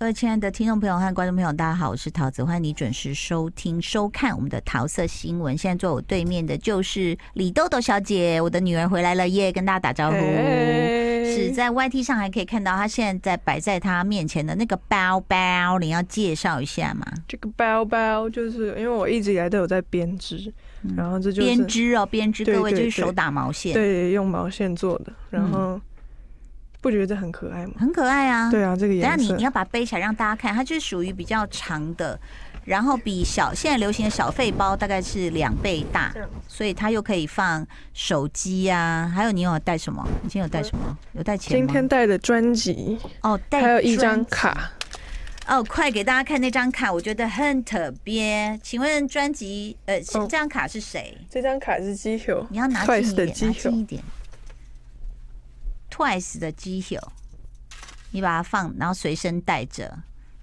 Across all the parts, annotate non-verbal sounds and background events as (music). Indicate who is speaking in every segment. Speaker 1: 位亲爱的听众朋友和观众朋友，大家好，我是桃子，欢迎你准时收听、收看我们的桃色新闻。现在坐我对面的就是李豆豆小姐，我的女儿回来了耶，跟大家打招呼。
Speaker 2: 哎
Speaker 1: 是在 YT 上还可以看到她现在在摆在她面前的那个包包，你要介绍一下吗？
Speaker 2: 这个包包就是因为我一直以来都有在编织，
Speaker 1: 嗯
Speaker 2: 然后这就是
Speaker 1: 编织哦，编织，
Speaker 2: 对
Speaker 1: 各位就
Speaker 2: 对
Speaker 1: 是
Speaker 2: 对
Speaker 1: 手打毛线，
Speaker 2: 对用毛线做的，然
Speaker 1: 嗯
Speaker 2: 后不觉得这很可爱吗？
Speaker 1: 很可爱啊。
Speaker 2: 对啊，这个
Speaker 1: 等一下
Speaker 2: 颜
Speaker 1: 你
Speaker 2: 色
Speaker 1: 你要把它背起来让大家看，它就是属于比较长的，然后比小现在流行的小费包大概是两倍大
Speaker 2: 这样子，
Speaker 1: 所以它又可以放手机啊。还有你有带什么？你今天有带什么？有带钱
Speaker 2: 嗯今
Speaker 1: 吗？
Speaker 2: 天带的专辑，
Speaker 1: 哦，带
Speaker 2: 还有一
Speaker 1: 专
Speaker 2: 张卡，
Speaker 1: 哦，快给大家看那张卡，我觉得很特别。请问专辑呃，
Speaker 2: 哦
Speaker 1: 这张卡是谁？
Speaker 2: 这张卡是 GQ，
Speaker 1: 你要拿
Speaker 2: Twice
Speaker 1: 近一
Speaker 2: 的
Speaker 1: 点，拿
Speaker 2: GQ
Speaker 1: 近一点。Twice 的 G h 你把它放，然后随身带着，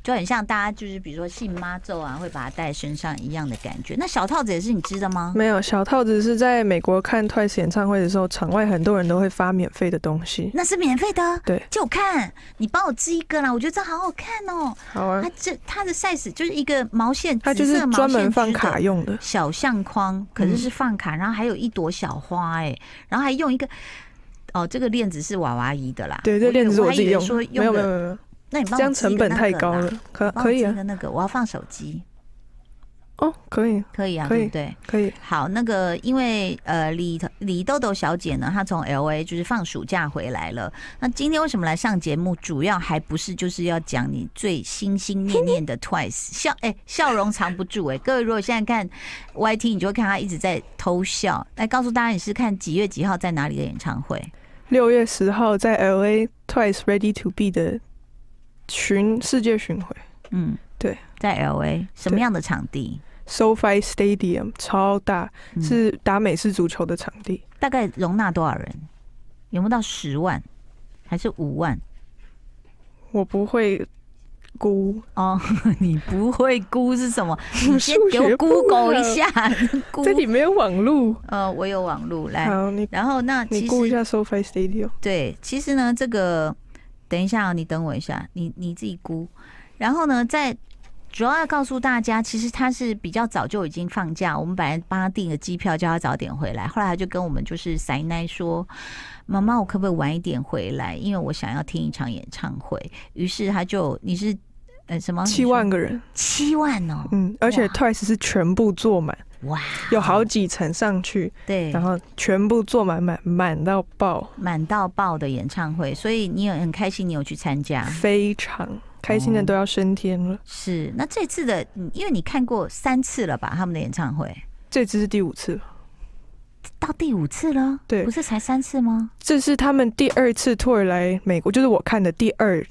Speaker 1: 就很像大家就是比如说信妈咒啊，会把它带在身上一样的感觉。那小套子也是你织的吗？
Speaker 2: 没有小套子是在美国看 Twice 演唱会的时候，场外很多人都会发免费的东西。
Speaker 1: 那是免费的，
Speaker 2: 对，
Speaker 1: 就看你帮我织一个啦，我觉得这好好看哦。
Speaker 2: 好啊
Speaker 1: 它，这它的 size 就是一个毛线，
Speaker 2: 它就
Speaker 1: 紫
Speaker 2: 是
Speaker 1: 色毛
Speaker 2: 专
Speaker 1: 线
Speaker 2: 门
Speaker 1: 织
Speaker 2: 放
Speaker 1: 的
Speaker 2: 卡用的。
Speaker 1: 小相框，可是
Speaker 2: 嗯
Speaker 1: 是放卡，然后还有一朵小花、哎，然后还用一个哦，这个链子是娃娃衣的啦，
Speaker 2: 对，这
Speaker 1: 我以为
Speaker 2: 链子
Speaker 1: 我
Speaker 2: 我
Speaker 1: 还
Speaker 2: 自
Speaker 1: 以
Speaker 2: 己
Speaker 1: 为
Speaker 2: 用
Speaker 1: 说，
Speaker 2: 没有没有没
Speaker 1: 了
Speaker 2: 有，没有
Speaker 1: 那你哎帮
Speaker 2: 这
Speaker 1: 我
Speaker 2: 样
Speaker 1: 寄
Speaker 2: 成
Speaker 1: 个
Speaker 2: 本
Speaker 1: 那
Speaker 2: 太
Speaker 1: 个
Speaker 2: 高
Speaker 1: 啦
Speaker 2: 了，，可
Speaker 1: 帮我
Speaker 2: 可以
Speaker 1: 寄
Speaker 2: 啊，
Speaker 1: 个那个我要放手机，
Speaker 2: 哦，可以
Speaker 1: 可以啊，
Speaker 2: 可
Speaker 1: 对
Speaker 2: 以
Speaker 1: 不对？
Speaker 2: 可以，
Speaker 1: 好，那个因为呃李李豆豆小姐呢，她从 L A 就是放暑假回来了。那今天为什么来上节目？主要还不是就是要讲你最心心念念的 Twice 笑，哎、笑容藏不住哎、各位如果现在看 Y T，你就会看她一直在偷笑。来告诉大家你是看几月几号在哪里的演唱会？
Speaker 2: 六月十号在 L A Twice Ready to Be 的巡世界巡回
Speaker 1: 嗯，
Speaker 2: 对，
Speaker 1: 在 L A 什么样的场地？
Speaker 2: ，SoFi Stadium 超大，
Speaker 1: 嗯
Speaker 2: 是打美式足球的场地，
Speaker 1: 大概容纳多少人？有没有到十万？还是五万？
Speaker 2: 我不会估，
Speaker 1: 哦，你不会估是什么？ (laughs) 你先
Speaker 2: 数
Speaker 1: 给我
Speaker 2: 学不啊
Speaker 1: Google
Speaker 2: 好
Speaker 1: 一
Speaker 2: (laughs)
Speaker 1: 下估
Speaker 2: 这。里没有网路。
Speaker 1: 呃，我有网路来。
Speaker 2: 好，你
Speaker 1: 然后那
Speaker 2: 你
Speaker 1: 哎其
Speaker 2: 估一
Speaker 1: 实哦
Speaker 2: 下 SoFi Stadium，
Speaker 1: 对，其实呢，这个等一下、哦，你等我一下，你你自己估。然后呢，在主要要告诉大家，其实他是比较早就已经放假，我们本来帮他订了机票，叫他早点回来，后来他就跟我们就是塞奶说。妈妈，我可不可以晚一点回来？因为我想要听一场演唱会。于是他就，你是呃什么？
Speaker 2: 七万个人，
Speaker 1: 七万哦，
Speaker 2: 嗯，而且
Speaker 1: 哇
Speaker 2: Twice 是全部坐满，
Speaker 1: 哇，
Speaker 2: 有好几层上去，
Speaker 1: 对
Speaker 2: 然后全部坐满满满到爆，
Speaker 1: 满到爆的演唱会，所以你也很开心，你有去参加。
Speaker 2: 非常开心的
Speaker 1: 哦
Speaker 2: 都要升天了。
Speaker 1: 是，那这次的，嗯因为你看过三次了吧？他们的演唱会
Speaker 2: 这只是第五次了，
Speaker 1: 到第五次了，
Speaker 2: 对
Speaker 1: 不是才三次吗？
Speaker 2: 这是他们第二次 tour 来美国，就是我看的第二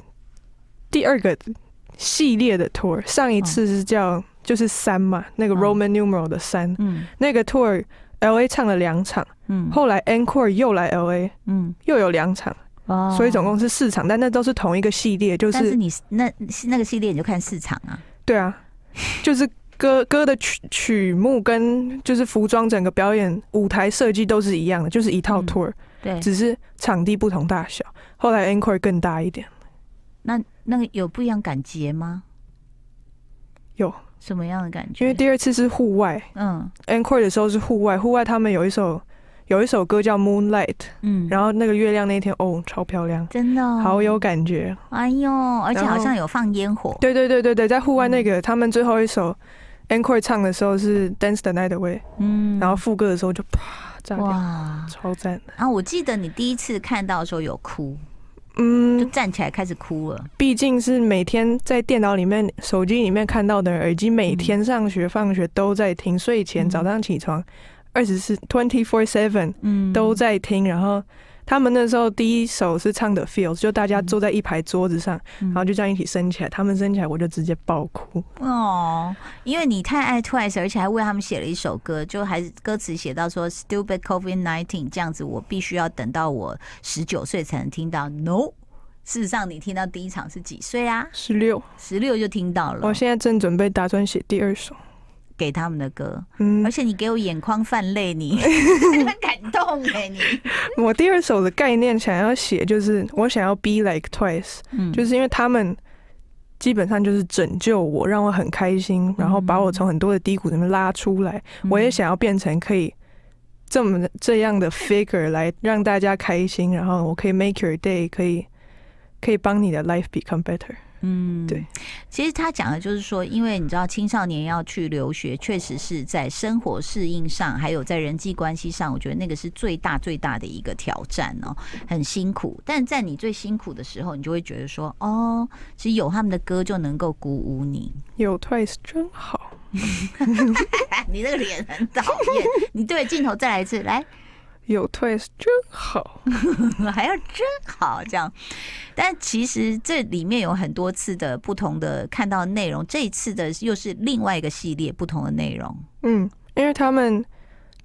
Speaker 2: 第二个系列的 tour。上一次是叫、就是三嘛，那个
Speaker 1: 嗯
Speaker 2: Roman numeral 的三、
Speaker 1: 嗯
Speaker 2: 那个 tour L A 唱了两场，
Speaker 1: 嗯
Speaker 2: 后来 encore 又来 L A
Speaker 1: 嗯，
Speaker 2: 又有两场，
Speaker 1: 哦
Speaker 2: 所以总共是四场，但那都是同一个系列，就
Speaker 1: 但
Speaker 2: 是
Speaker 1: 是你那那个系列你就看市场啊，
Speaker 2: 对啊， (laughs) 就是歌歌的曲曲目跟就是服装整个表演舞台设计都是一样的，就是一套
Speaker 1: 嗯
Speaker 2: tour。
Speaker 1: 对，
Speaker 2: 只是场地不同大小。后来 Encore 更大一点，
Speaker 1: 那那个有不一样感觉吗？
Speaker 2: 有
Speaker 1: 什么样的感觉？
Speaker 2: 因为第二次是户外
Speaker 1: 嗯
Speaker 2: ，Encore 的时候是户外，户外他们有一首有一首歌叫 Moonlight，
Speaker 1: 嗯，
Speaker 2: 然后那个月亮那天哦超漂亮，
Speaker 1: 真的、哦、
Speaker 2: 好有，感觉。
Speaker 1: 哎呦，而且
Speaker 2: 然后
Speaker 1: 好像有放烟火，
Speaker 2: 对对对对对，在户外那
Speaker 1: 嗯
Speaker 2: 个他们最后一首 Encore 唱的时候是 Dance the Night Away，
Speaker 1: 嗯，
Speaker 2: 然后副歌的时候就啪炸掉，
Speaker 1: 哇，
Speaker 2: 超赞的。
Speaker 1: 啊，我记得你第一次看到的时候有哭，就
Speaker 2: 嗯，
Speaker 1: 站起来开始哭了。
Speaker 2: 毕竟是每天在电脑里面、手机里面看到的耳机，每天上学、放学都在听，睡前、
Speaker 1: 嗯
Speaker 2: 早上起床，二十四 twenty four seven
Speaker 1: 嗯
Speaker 2: 都在听。然后他们那时候第一首是唱的 feels，就大家坐在一排桌子上，
Speaker 1: 嗯
Speaker 2: 然后就这样一起升起来，他们升起来我就直接爆哭。
Speaker 1: 哦，因为你太爱 Twice，而且还为他们写了一首歌，就还是歌词写到说 “Stupid COVID nineteen” 这样子，我必须要等到我十九岁才能听到。No，事实上你听到第一场是几岁啊？
Speaker 2: 十六，
Speaker 1: 十六就听到了
Speaker 2: 我，现在正准备打算写第二首。
Speaker 1: 给他们的歌，
Speaker 2: 嗯
Speaker 1: 而，且你给我眼眶泛泪，
Speaker 2: (laughs)
Speaker 1: 你很感动哎，你
Speaker 2: 我第二首的概念想要写就是我想要 be like twice，
Speaker 1: 嗯
Speaker 2: 就是因为他们。基本上就是拯救我，让我很开心，
Speaker 1: 嗯
Speaker 2: 然后把我从很多的低谷里面拉出来。我也想要变成可以这么这样的 figure 来让大家开心，然后我可以 make your day，可以可以帮你的 life become better。
Speaker 1: 嗯，
Speaker 2: 对。
Speaker 1: 其实他讲的就是说，因为你知道青少年要去留学，确实是在生活适应上，还有在人际关系上，我觉得那个是最大最大的一个挑战哦，很辛苦。但在你最辛苦的时候，你就会觉得说，哦，其实有他们的歌就能够鼓舞你。
Speaker 2: 有 Twice 真好，
Speaker 1: (laughs) 你那个脸很 (laughs) 讨厌，你对着镜头再来一次，来。嗯
Speaker 2: 有 Twice 真好。
Speaker 1: 还要真好这样。但其实这里面有很多次的不同的看到的内容，这一次的又是另外一个系列不同的内容。
Speaker 2: 嗯，因为他们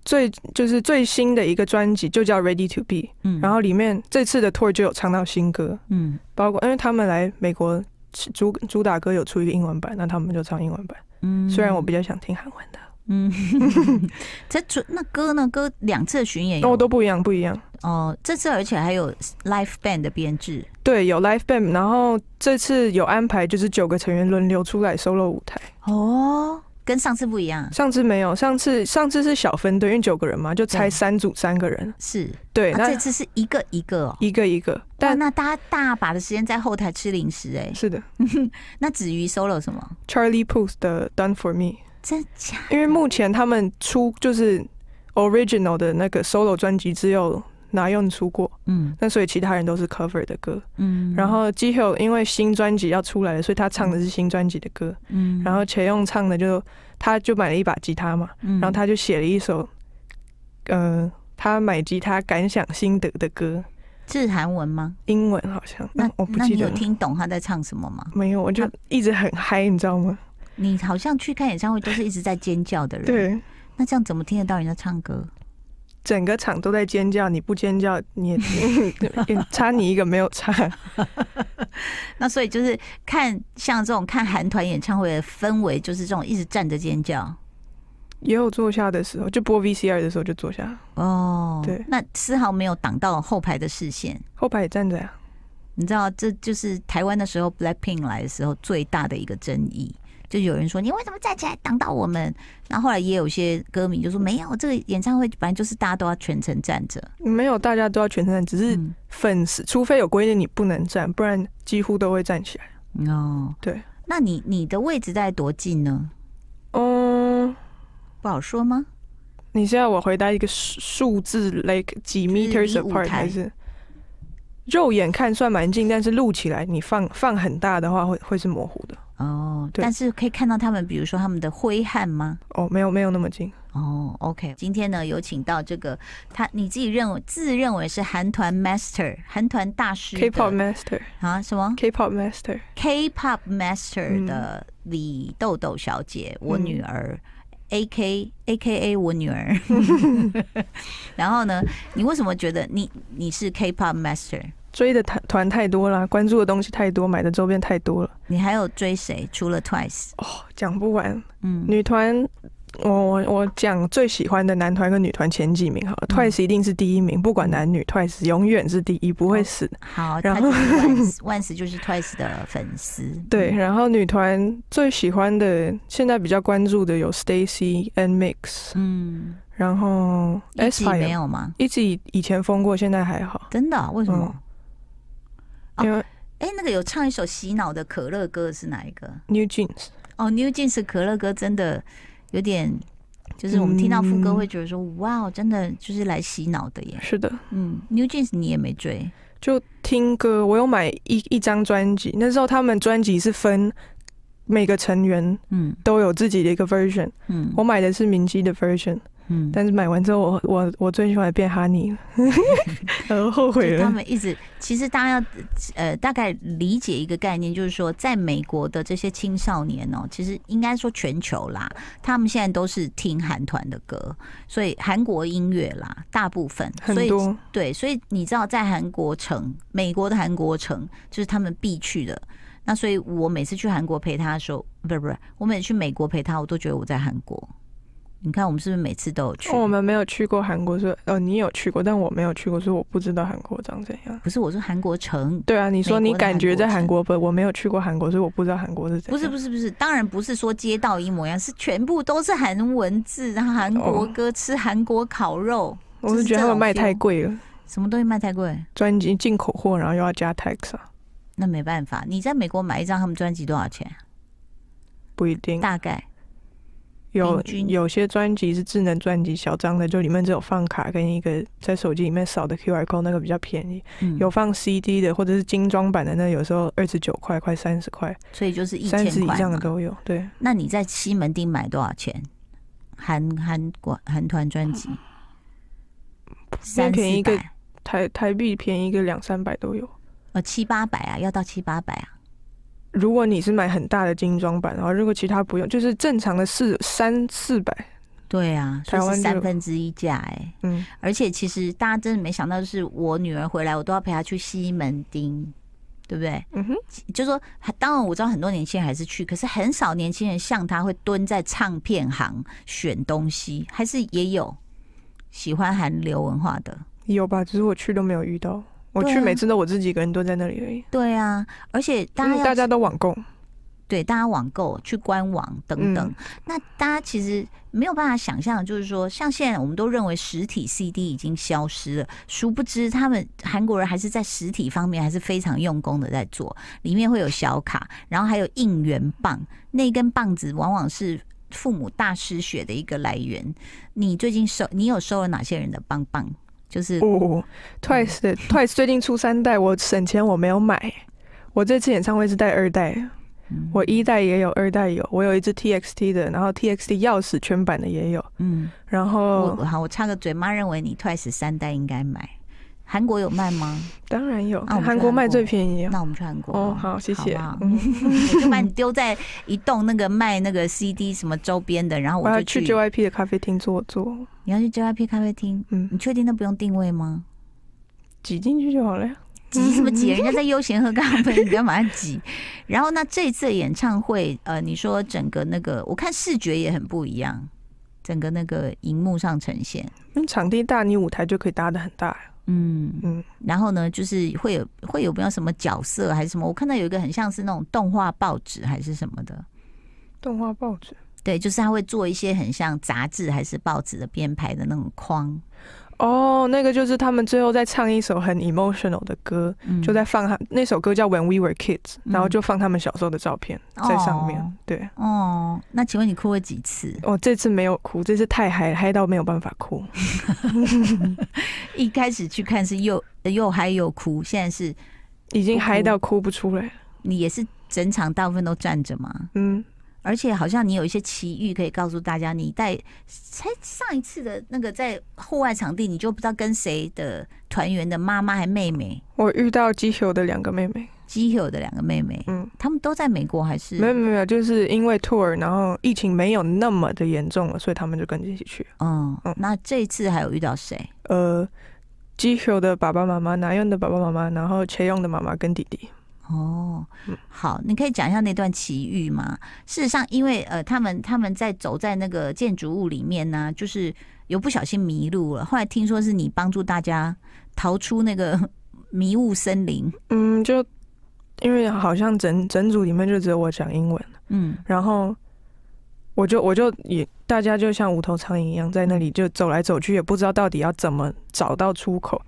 Speaker 2: 最就是最新的一个专辑就叫 Ready to Be，
Speaker 1: 嗯
Speaker 2: 然后里面这次的 tour 就有唱到新歌，
Speaker 1: 嗯，
Speaker 2: 包括因为他们来美国主主打歌有出一个英文版，那他们就唱英文版。
Speaker 1: 嗯
Speaker 2: 虽然我比较想听韩文的，
Speaker 1: 嗯， (laughs) 这主那歌呢？歌两次的巡演
Speaker 2: 那、
Speaker 1: 有
Speaker 2: 我都不一样，不一样。
Speaker 1: 哦，这次而且还有 l i f e band 的编制。
Speaker 2: 对，有 live band，然后这次有安排就是九个成员轮流出来 solo 舞台。
Speaker 1: 哦，跟上次不一样，
Speaker 2: 上次没有，上次上次是小分队，因为九个人嘛，就拆
Speaker 1: 对
Speaker 2: 三组三个人。
Speaker 1: 是、
Speaker 2: 对，
Speaker 1: 啊、
Speaker 2: 那
Speaker 1: 这次是一个一个哦。
Speaker 2: 一个一个，
Speaker 1: 哇，
Speaker 2: 但
Speaker 1: 那大家大把的时间在后台吃零食哎、
Speaker 2: 是的
Speaker 1: 那子瑜 solo 什么？
Speaker 2: ，Charlie Puth 的 Done for Me。
Speaker 1: 真假？
Speaker 2: 因为目前他们出就是 original 的那个 solo 专辑只有拿用出过，
Speaker 1: 嗯
Speaker 2: 那所以其他人都是 cover 的歌。
Speaker 1: 嗯
Speaker 2: 然后 j i h o 因为新专辑要出来了，所以他唱的是新专辑的歌。
Speaker 1: 嗯
Speaker 2: 然后且用唱的就他就买了一把吉他嘛，
Speaker 1: 然
Speaker 2: 然后他就写了一首，呃，他买吉他感想心得的歌，
Speaker 1: 是韩文吗？
Speaker 2: 英文好像，
Speaker 1: 那、
Speaker 2: 嗯我不
Speaker 1: 那
Speaker 2: 记
Speaker 1: 你
Speaker 2: 得
Speaker 1: 有
Speaker 2: 了。
Speaker 1: 听懂他在唱什么吗？
Speaker 2: 没有，我就
Speaker 1: 他
Speaker 2: 一直很嗨，你知道吗？
Speaker 1: 你好像去看演唱会都是一直在尖叫的人。，
Speaker 2: 对，
Speaker 1: 那这样怎么听得到人家唱歌？
Speaker 2: 整个场都在尖叫，你不尖叫，你也 (laughs) 差你一个没有差。
Speaker 1: 那所以就是看像这种看韩团演唱会的氛围，就是这种一直站着尖叫。
Speaker 2: 也有坐下的时候，就播 VCR 的时候就坐下，
Speaker 1: 哦，
Speaker 2: 对
Speaker 1: 那丝毫没有挡到后排的视线。
Speaker 2: 后排也站着啊呀、
Speaker 1: 你知道，这就是台湾的时候 Blackpink 来的时候最大的一个争议。就有人说你为什么站起来挡到我们？然后后来也有些歌迷就说没有，这个演唱会本来就是大家都要全程站着。
Speaker 2: 没有大家都要全身站，只是
Speaker 1: 嗯
Speaker 2: 粉丝，除非有规定你不能站，不然几乎都会站起来。
Speaker 1: 哦，
Speaker 2: 对，
Speaker 1: 那你你的位置在多近呢？
Speaker 2: 嗯，
Speaker 1: 不好说吗？
Speaker 2: 你现在我回答一个数数字，like 几
Speaker 1: 是离
Speaker 2: meters
Speaker 1: 舞
Speaker 2: apart
Speaker 1: 台
Speaker 2: 还是？肉眼看算蛮近，但是录起来你放放很大的话会会是模糊的。
Speaker 1: 哦，
Speaker 2: 对
Speaker 1: 但是可以看到他们，比如说他们的挥汗吗？
Speaker 2: 哦，没有没有那么近，
Speaker 1: 哦，OK，今天呢有请到这个他你自己认为自认为是韩团 master 韩团大师的
Speaker 2: K-pop master，K-pop
Speaker 1: 啊什么
Speaker 2: master，
Speaker 1: K-pop master
Speaker 2: 嗯
Speaker 1: 的李豆豆小姐，我
Speaker 2: 嗯
Speaker 1: 女儿。A K A K A 我女
Speaker 2: (laughs)
Speaker 1: 儿，然后呢？你为什么觉得你你是 K-pop master？
Speaker 2: 追的团团太多啦，关注的东西太多，买的周边太多了，
Speaker 1: 你还有追谁？除了 Twice，
Speaker 2: 讲不完。
Speaker 1: 嗯，
Speaker 2: 女团，我我我讲最喜欢的男团跟女团前几名好
Speaker 1: 嗯
Speaker 2: 了、t w i c e 一定是第一名，不管男女，Twice 永远是第一，不会
Speaker 1: 哦
Speaker 2: 死。
Speaker 1: 好，
Speaker 2: 然
Speaker 1: 他
Speaker 2: 后
Speaker 1: 就是
Speaker 2: (laughs)
Speaker 1: Once Once 就是 Twice 的粉丝，
Speaker 2: 对，
Speaker 1: 嗯，
Speaker 2: 然后女团最喜欢的，现在比较关注的有 Stacy and Mix，
Speaker 1: 嗯，
Speaker 2: 然后
Speaker 1: 一集
Speaker 2: S
Speaker 1: 没
Speaker 2: i
Speaker 1: 有吗？
Speaker 2: 一直以前封过，现在还好，嗯
Speaker 1: 真的啊、为什么？啊
Speaker 2: 因为
Speaker 1: 哎、那个有唱一首洗脑的可乐歌的是哪一个？
Speaker 2: New Jeans
Speaker 1: 哦，New Jeans 可乐歌真的有点，就是我们听到副歌
Speaker 2: 嗯
Speaker 1: 会觉得说，哇，哦真的就是来洗脑的耶。
Speaker 2: 是的，
Speaker 1: 嗯，New Jeans 你也没追，
Speaker 2: 就听歌，我有买一一张专辑，那时候他们专辑是分每个成员
Speaker 1: 嗯
Speaker 2: 都有自己的一个 version，
Speaker 1: 嗯
Speaker 2: 我买的是明基的 version。
Speaker 1: 嗯，
Speaker 2: 但是买完之后我，我我最喜欢的变
Speaker 1: (laughs)
Speaker 2: 哈尼了，然后后悔
Speaker 1: 就他
Speaker 2: 了。
Speaker 1: 们一直，其实大家要呃大概理解一个概念，就是说，在美国的这些青少年哦、其实应该说全球啦，他们现在都是听韩团的歌，所以韩国音乐啦，大部分，
Speaker 2: 很
Speaker 1: 所以
Speaker 2: 多
Speaker 1: 对，所以你知道，在韩国城，美国的韩国城就是他们必去的。那所以我每次去韩国陪他的时候，不是不是，我每次去美国陪他，我都觉得我在韩国。你看我们是不是每次都有去？
Speaker 2: 哦我们没有去过韩国，所以呃，你有去过，但我没有去过，所以我不知道韩国长怎样。
Speaker 1: 不是，我说韩国城。
Speaker 2: 对啊，你说
Speaker 1: 美
Speaker 2: 你
Speaker 1: 国的
Speaker 2: 感觉在
Speaker 1: 韩
Speaker 2: 韩
Speaker 1: 国
Speaker 2: 国不？我没有去过韩国，所以我不知道韩国是怎样。
Speaker 1: 不是不是不是，当然不是说街道一模一样，是全部都是韩文字，然后韩国
Speaker 2: 哦
Speaker 1: 歌，吃韩国烤肉，
Speaker 2: 我是觉得他们卖太贵了，
Speaker 1: 什么东西卖太贵？
Speaker 2: 专辑进口货，然后又要加 tax 啊，
Speaker 1: 那没办法，你在美国买一张他们专辑多少钱？
Speaker 2: 不一定。
Speaker 1: 大概
Speaker 2: 有
Speaker 1: 平均
Speaker 2: 有些专辑是智能专辑，小张的就里面只有放卡跟一个在手机里面扫的 QR code，那个比较便宜。
Speaker 1: 嗯
Speaker 2: 有，放 CD 的或者是精装版的，那有时候二十九块，快三十块，
Speaker 1: 所以就是一
Speaker 2: 三十
Speaker 1: 千
Speaker 2: 以
Speaker 1: 块
Speaker 2: 上的
Speaker 1: 嘛。
Speaker 2: 都有。对，
Speaker 1: 那你在西门町买多少钱？韩韩国韩团专辑三
Speaker 2: 便宜
Speaker 1: 四
Speaker 2: 一个
Speaker 1: 百，
Speaker 2: 台台币便宜个两三百都有。
Speaker 1: 呃七八百啊，要到七八百啊。
Speaker 2: 如果你是买很大的精装版，然后如果其他不用，就是正常的四三四百，
Speaker 1: 对啊，
Speaker 2: 台湾
Speaker 1: 所以是三
Speaker 2: 就
Speaker 1: 分之一价哎、
Speaker 2: 嗯，
Speaker 1: 而且其实大家真的没想到，就是我女儿回来，我都要陪她去西门町，对不对？
Speaker 2: 嗯哼，
Speaker 1: 就说当然我知道很多年轻人还是去，可是很少年轻人像她会蹲在唱片行选东西，还是也有喜欢韩流文化的。
Speaker 2: 有吧？只是我去都没有遇到，我
Speaker 1: 对
Speaker 2: 去
Speaker 1: 啊
Speaker 2: 每次都我自己一个人蹲在那里而已。
Speaker 1: 对啊，而且大家
Speaker 2: 因为
Speaker 1: 要
Speaker 2: 嗯大家都网购，嗯
Speaker 1: 对大家网购去官网等等，那大家其实没有办法想象，就是说，像现在我们都认为实体 CD 已经消失了，殊不知他们韩国人还是在实体方面还是非常用功的在做，里面会有小卡，然后还有应援棒，那根棒子往往是。父母大失血的一个来源，你最近收你有收了哪些人的棒棒？ (laughs) 就是
Speaker 2: 哦，Twice 的 Twice 最近出三代，我省钱我没有买。我这次演唱会是带二代，
Speaker 1: 嗯
Speaker 2: 我一代也有，二代有，我有一只 TXT 的，然后 TXT 钥匙圈版的也有，
Speaker 1: 嗯，
Speaker 2: 然
Speaker 1: 我
Speaker 2: 后
Speaker 1: 好，我插个嘴，妈认为你 Twice 三代应该买，韩国有卖吗？
Speaker 2: 当然有，
Speaker 1: 啊我们去
Speaker 2: 韩国卖最便宜啊。
Speaker 1: 那我们去韩国
Speaker 2: 哦，
Speaker 1: 吧
Speaker 2: 好，谢谢
Speaker 1: 好。不好
Speaker 2: (laughs) 嗯，
Speaker 1: 我就把你丢在一栋那个卖那个 CD 什么周边的，然后
Speaker 2: 我
Speaker 1: 我
Speaker 2: 要
Speaker 1: 就
Speaker 2: 去 JYP 的咖啡厅坐嗯坐，
Speaker 1: 你要去 JYP 咖啡厅，你
Speaker 2: 嗯，
Speaker 1: 确定那不用定位吗？
Speaker 2: 挤进去就好了呀。 (laughs)
Speaker 1: 挤什么挤？人家在悠闲喝咖啡，你不要把它挤。然后那这次的演唱会，呃，你说整个那个，我看视觉也很不一样，整个那个荧幕上呈现，
Speaker 2: 因为场地大，你舞台就可以搭的很大呀。
Speaker 1: 嗯
Speaker 2: 嗯，
Speaker 1: 然后呢，就是会有会有没有什么角色还是什么？我看到有一个很像是那种动画报纸还是什么的，
Speaker 2: 动画报纸
Speaker 1: 对，就是他会做一些很像杂志还是报纸的编排的那种框，
Speaker 2: 哦，那个就是他们最后在唱一首很 emotional 的歌，
Speaker 1: 嗯
Speaker 2: 就在放他那首歌叫《When We Were Kids》，
Speaker 1: 嗯
Speaker 2: 然后就放他们小时候的照片在上面。
Speaker 1: 哦
Speaker 2: 对，
Speaker 1: 哦，那请问你哭了几次？
Speaker 2: 我这次没有哭，这次太嗨，嗨到没有办法哭。
Speaker 1: 一开始去看是又呃又嗨又哭，现在是
Speaker 2: 已经
Speaker 1: 不哭
Speaker 2: 嗨到哭不出来。
Speaker 1: 你也是整场大部分都站着嘛？
Speaker 2: 嗯，
Speaker 1: 而且好像你有一些奇遇可以告诉大家，你在才上一次的那个在户外场地，你就不知道跟谁的团员的妈妈还妹妹，
Speaker 2: 我遇到基友的两个妹妹，
Speaker 1: 基友的两个妹妹，
Speaker 2: 嗯，
Speaker 1: 他们都在美国还是
Speaker 2: 没有没有没有，就是因为 tour，然后疫情没有那么的严重了，所以他们就跟着一起去。
Speaker 1: 嗯
Speaker 2: 嗯，
Speaker 1: 那这一次还有遇到谁？
Speaker 2: 呃，基友的爸爸妈妈、南用的爸爸妈妈，然后切用的妈妈跟弟弟。
Speaker 1: 哦
Speaker 2: 嗯，
Speaker 1: 好，你可以讲一下那段奇遇吗？事实上，因为呃，他们他们在走在那个建筑物里面呢、就是有不小心迷路了。后来听说是你帮助大家逃出那个 (laughs) 迷雾森林。
Speaker 2: 嗯，就因为好像整整组里面就只有我讲英文。
Speaker 1: 嗯
Speaker 2: 然后我就我就也大家就像无头苍蝇一样，在那里就走来走去，也不知道到底要怎么找到出口。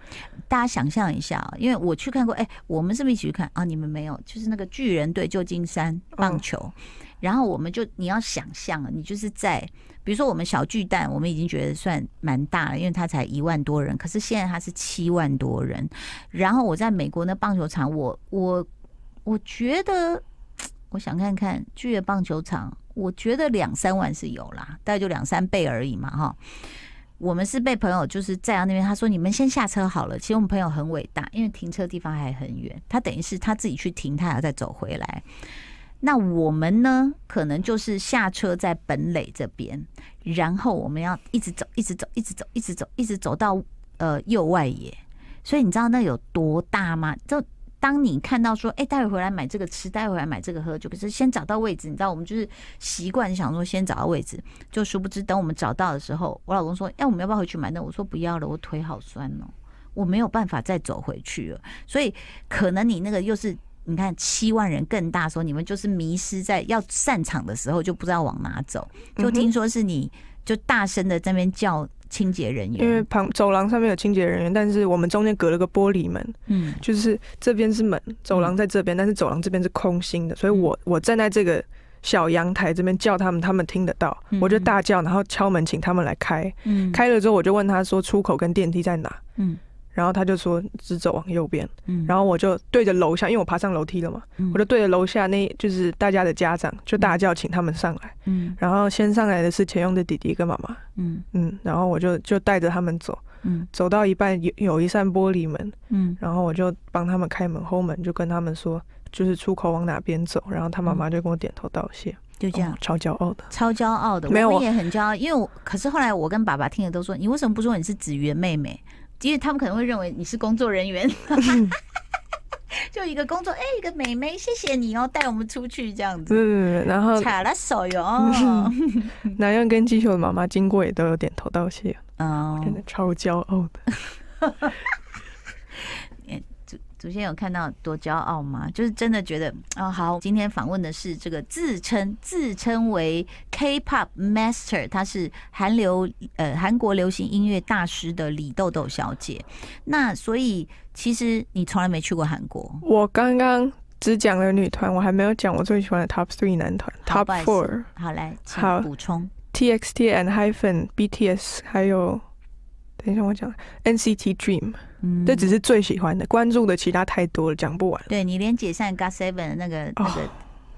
Speaker 1: 大家想象一下、啊，因为我去看过，哎、我们是不是一起去看啊？你们没有，就是那个巨人队旧金山棒球，然后我们就你要想象啊，你就是在比如说我们小巨蛋，我们已经觉得算蛮大了，因为它才一万多人，可是现在它是七万多人。然后我在美国那棒球场，我我我觉得，我想看看巨人棒球场，我觉得两三万是有啦，大概就两三倍而已嘛，哈。我们是被朋友就是载到那边，他说你们先下车好了。其实我们朋友很伟大，因为停车地方还很远，他等于是他自己去停，他还要再走回来。那我们呢，可能就是下车在本垒这边，然后我们要一直走，一直走，一直走，一直走，一直走到呃右外野。所以你知道那有多大吗？就当你看到说，哎、待会回来买这个吃，待会回来买这个喝，就可是先找到位置。你知道，我们就是习惯想说先找到位置，就殊不知等我们找到的时候，我老公说，哎、我们要不要回去买那个？我说不要了，我腿好酸哦，我没有办法再走回去了。所以可能你那个又是。你看七万人更大的时候，你们就是迷失在要散场的时候，就不知道往哪走。就听说是你就大声的在那边叫清洁人员，
Speaker 2: 因为旁走廊上面有清洁人员，但是我们中间隔了个玻璃门，
Speaker 1: 嗯
Speaker 2: 就是这边是门，走廊在这边，但是走廊这边是空
Speaker 1: 嗯
Speaker 2: 心的，所以我我站在这个小阳台这边叫他们，他们听得到，
Speaker 1: 嗯
Speaker 2: 我就大叫，然后敲门请他们来开。
Speaker 1: 嗯
Speaker 2: 开了之后，我就问他说出口跟电梯在哪，
Speaker 1: 嗯
Speaker 2: 然后他就说只走往右边，
Speaker 1: 嗯
Speaker 2: 然后我就对着楼下，因为我爬上楼梯了嘛，
Speaker 1: 嗯
Speaker 2: 我就对着楼下那就是大家的家长就大叫请他们上来，
Speaker 1: 嗯
Speaker 2: 然后先上来的是钱用的弟弟跟妈妈，
Speaker 1: 嗯
Speaker 2: 嗯，然后我就就带着他们走，
Speaker 1: 嗯
Speaker 2: 走到一半有有一扇玻璃门，
Speaker 1: 嗯
Speaker 2: 然后我就帮他们开门，后门就跟他们说，就是出口往哪边走，然后他妈妈就跟我点头道谢，
Speaker 1: 就这
Speaker 2: 哦
Speaker 1: 样，
Speaker 2: 超骄傲的。
Speaker 1: 超骄傲的。
Speaker 2: 没有
Speaker 1: 我
Speaker 2: 我
Speaker 1: 们也很骄傲，因为我可是后来我跟爸爸听了都说，你为什么不说你是子瑜的妹妹？因为他们可能会认为你是工作人
Speaker 2: (laughs)
Speaker 1: 员，就一个工作，哎、一个妹妹，谢谢你哦，带我们出去这样子，
Speaker 2: 嗯，然后
Speaker 1: 踩了手哟。哦
Speaker 2: 南洋跟基秀的妈妈经过也都有点头道谢，真
Speaker 1: 嗯，
Speaker 2: (laughs) 的超骄傲的。
Speaker 1: 祖先有看到多骄傲吗？就是真的觉得哦，好，今天访问的是这个自称自称为 K-pop Master，她是韩流呃韩国流行音乐大师的李豆豆小姐。那所以其实你从来没去过韩国，
Speaker 2: 我刚刚只讲了女团，我还没有讲我最喜欢的 Top Three 男团
Speaker 1: 好
Speaker 2: Top
Speaker 1: 不好意思
Speaker 2: Four
Speaker 1: 好来，请
Speaker 2: 好
Speaker 1: 补充。
Speaker 2: TXT and Hyphen BTS，还有等一下我讲 NCT Dream，、
Speaker 1: 嗯
Speaker 2: 这只是最喜欢的，关注的其他太多了，讲不完。
Speaker 1: 对你连解散 GOT Seven 的那
Speaker 2: 哦
Speaker 1: 个那个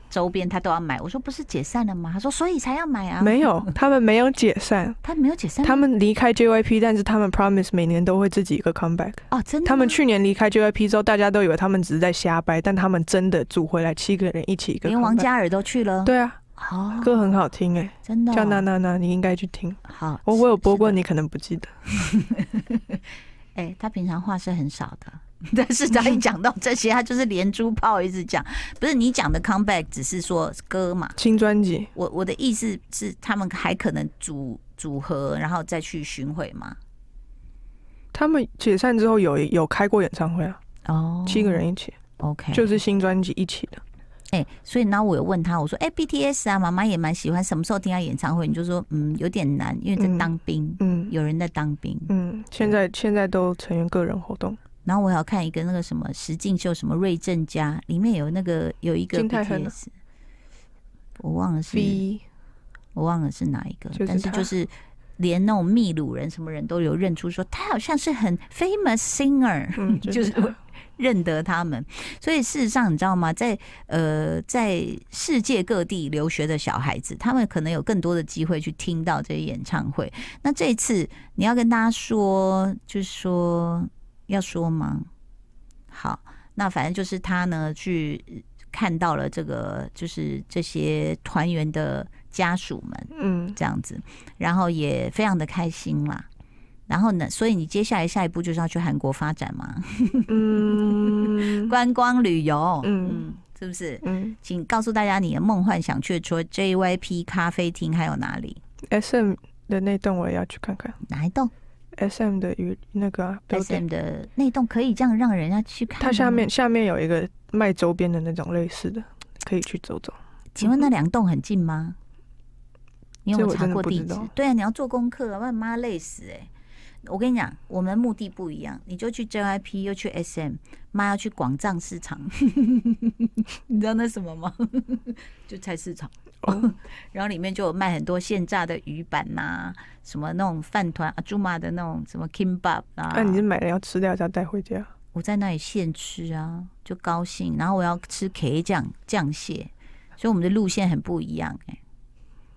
Speaker 1: 周边他都要买，我说不是解散了吗？他说所以才要买啊，嗯 (laughs)
Speaker 2: 没有，他们没有解散，
Speaker 1: 他没有解散吗，
Speaker 2: 他们离开 JYP，但是他们 Promise 每年都会自己一个 comeback。
Speaker 1: 哦真的吗，
Speaker 2: 他们去年离开 JYP 之后，大家都以为他们只是在瞎掰，但他们真的组回来七个人一起一个 comeback。
Speaker 1: 连王嘉尔都去了，
Speaker 2: 对啊，
Speaker 1: 哦，
Speaker 2: 歌很好听哎、
Speaker 1: 真的哦
Speaker 2: 叫娜娜娜，你应该去听。
Speaker 1: 好，
Speaker 2: 我我有播过，
Speaker 1: 是的。
Speaker 2: 你可能不记得。
Speaker 1: 哎、他平常话是很少的， (laughs) 但是他一讲到这些，他就是连珠炮一直讲。不是你讲的 comeback，只是说歌嘛。
Speaker 2: 新专辑
Speaker 1: 我我的意思是，他们还可能组组合，然后再去巡回嘛。
Speaker 2: 他们解散之后有有开过演唱会啊，
Speaker 1: 哦嗯
Speaker 2: 七个人一起，
Speaker 1: ，OK，
Speaker 2: 就是新专辑一起的。
Speaker 1: 哎、所以呢，我有问他，我说，哎、b t s 啊，妈妈也蛮喜欢，什么时候听他演唱会？你就说，嗯，有点难，因为在
Speaker 2: 嗯
Speaker 1: 当兵，
Speaker 2: 嗯
Speaker 1: 有人在当兵。
Speaker 2: 嗯，现在现在都成员个人活动。
Speaker 1: 然后我还要看一个那个什么石敬秀什么瑞正家，里面有那个有一个
Speaker 2: 金泰亨啊
Speaker 1: BTS，我忘了是
Speaker 2: V
Speaker 1: 我忘了是哪一个，
Speaker 2: 就是
Speaker 1: 但是
Speaker 2: 他
Speaker 1: 就是连那种秘鲁人什么人都有认出说他好像是很 famous singer， (laughs)
Speaker 2: 嗯，
Speaker 1: 就是会认得他们。所以事实上，你知道吗？在呃，在世界各地留学的小孩子，他们可能有更多的机会去听到这些演唱会。那这一次你要跟大家说，就是说要说吗？好，那反正就是他呢去看到了这个，就是这些团员的家属们。
Speaker 2: 嗯。
Speaker 1: 这样子，然后也非常的开心啦。然后呢，所以你接下来下一步就是要去韩国发展嘛， (laughs)
Speaker 2: 嗯
Speaker 1: 观光旅游，
Speaker 2: 嗯
Speaker 1: 嗯，是不是？
Speaker 2: 嗯
Speaker 1: 请告诉大家你的梦幻想去除了 JYP 咖啡厅还有哪里？
Speaker 2: ，S M 的那栋我也要去看看
Speaker 1: 哪一栋
Speaker 2: S M 的与那个、啊、b u
Speaker 1: ？SM 的那栋可以这样让人家去看吗？
Speaker 2: 它下面下面有一个卖周边的那种类似的，可以去走走。
Speaker 1: 请问那两栋很近吗？你有没有查过地
Speaker 2: 嗯这
Speaker 1: 址
Speaker 2: 我真的不知道？
Speaker 1: 对啊，你要做功课啊，不然妈累死哎、我跟你讲，我们目的不一样，你就去 JYP，又去 SM，妈要去广藏市场， (laughs) 你知道那什么吗？ (laughs) 就菜市场，
Speaker 2: 哦，
Speaker 1: (laughs) 然后里面就有卖很多现炸的鱼板呐、什么那种饭团啊，猪妈的那种什么 kimbap 啊。
Speaker 2: 那、哎你是买了要吃掉，再带回家？
Speaker 1: 我在那里现吃啊，就高兴。然后我要吃 K 酱酱蟹，所以我们的路线很不一样哎、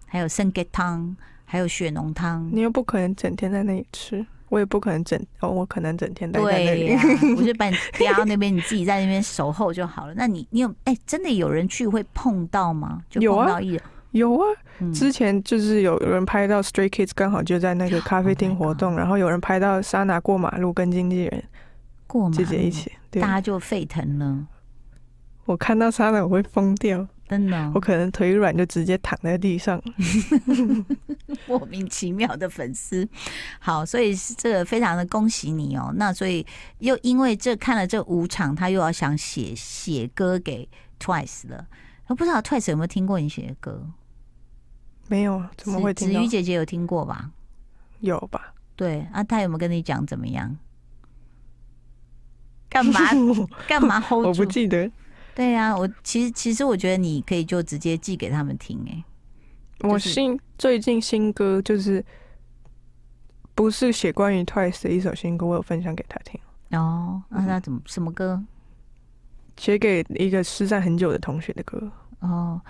Speaker 1: 还有生鸡汤，还有血浓汤。
Speaker 2: 你又不可能整天在那里吃，我也不可能整哦，我可能整天待在那
Speaker 1: 对
Speaker 2: 里。
Speaker 1: 呀、我就把你叼到那边，你自己在那边守候就好了。那你你有哎、真的有人去会碰到吗？就
Speaker 2: 有啊
Speaker 1: 碰到艺人，
Speaker 2: (laughs) 有啊，
Speaker 1: 嗯
Speaker 2: 之前就是有人拍到 Stray Kids 刚好就在那个咖啡厅活动，然后有人拍到莎娜过马路跟经纪人，
Speaker 1: 过马
Speaker 2: 姐姐一
Speaker 1: 路
Speaker 2: 起。对
Speaker 1: 大，家就沸腾了，
Speaker 2: 我看到莎娜我会疯掉，
Speaker 1: 真的哦、
Speaker 2: 我可能腿软就直接躺在地上。
Speaker 1: (laughs) 莫名其妙的粉丝。好，所以是这个非常的恭喜你哦。那所以又因为这看了这五场，他又要想写写歌给 Twice 了。我不知道 Twice 有没有听过你写的歌？
Speaker 2: 没有，啊，怎么会
Speaker 1: 子
Speaker 2: 听
Speaker 1: 子
Speaker 2: 到
Speaker 1: 瑜？姐姐有听过吧？
Speaker 2: 有吧？
Speaker 1: 对啊，她有没有跟你讲怎么样？干
Speaker 2: (laughs)
Speaker 1: 嘛干嘛 hold
Speaker 2: 我
Speaker 1: 住
Speaker 2: 不记得，
Speaker 1: 对呀、我其实其实我觉得你可以就直接寄给他们听、哎，
Speaker 2: 我
Speaker 1: 是
Speaker 2: 新最近新歌就是不是写关于 Twice 的一首新歌，我有分享给他听，
Speaker 1: 哦，
Speaker 2: 嗯
Speaker 1: 那他怎么什么歌？
Speaker 2: 写给一个失散很久的同学的歌，
Speaker 1: 哦，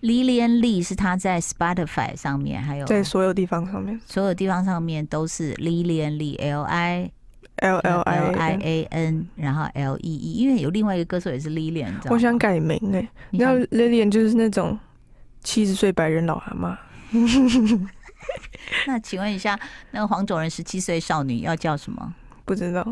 Speaker 1: 黎连丽是他在 Spotify 上面，还有
Speaker 2: 在所有地方上面
Speaker 1: 所有地方上面都是黎连丽 L I
Speaker 2: ，L
Speaker 1: L
Speaker 2: L
Speaker 1: I
Speaker 2: I A。
Speaker 1: A N，然后 L E E，因为有另外一个歌手也是 Lilian，你知道吗
Speaker 2: 我想，改名哎、
Speaker 1: 你
Speaker 2: 然
Speaker 1: 想
Speaker 2: 后 Lilian 就是那种七十岁白人老阿妈，
Speaker 1: 那请问一下，那个黄种人十七岁少女要叫什么？
Speaker 2: 不知道，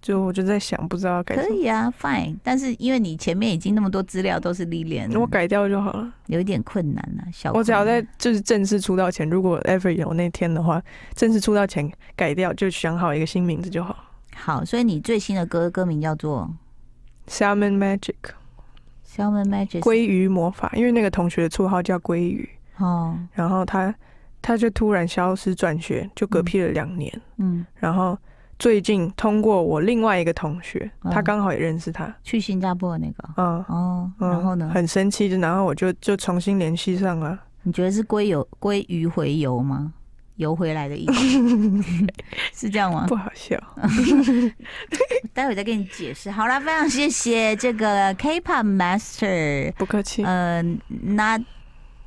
Speaker 2: 就我就在想，不知道要改
Speaker 1: 可
Speaker 2: 什么，
Speaker 1: 以啊，Fine，但是因为你前面已经那么多资料都是 Lilian，
Speaker 2: 我改掉就好了。
Speaker 1: 有一点困难啊，小
Speaker 2: 我只要
Speaker 1: 困难
Speaker 2: 在就是正式出道前，如果 ever 有那天的话，正式出道前改掉，就想好一个新名字就好。
Speaker 1: 好，所以你最新的歌歌名叫做
Speaker 2: Salmon Magic
Speaker 1: 《Salmon Magic》
Speaker 2: 鲑鱼魔法，因为那个同学的绰号叫鲑鱼，
Speaker 1: 哦，
Speaker 2: 然后他他就突然消失转学，就嗝屁了两年，
Speaker 1: 嗯，
Speaker 2: 然后最近通过我另外一个同学，
Speaker 1: 嗯
Speaker 2: 他刚好也认识他，
Speaker 1: 去新加坡的那个
Speaker 2: 嗯。
Speaker 1: 哦，
Speaker 2: 嗯
Speaker 1: 然后呢？
Speaker 2: 很生气，就然后我就就重新联系上了。
Speaker 1: 你觉得是归游归鱼回游吗？游回来的意思是这样吗？
Speaker 2: 不好笑，
Speaker 1: 待会再跟你解释。好啦，非常谢谢这个 K-pop Master，
Speaker 2: 不客气。
Speaker 1: 呃，Not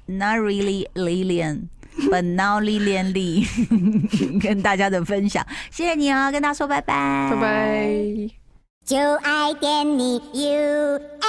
Speaker 1: Not Really Lilian。本 now Lilian Lee 跟大家的分享，谢谢你哦，跟大家说拜拜，
Speaker 2: 拜拜。
Speaker 3: 就爱点你 UFO。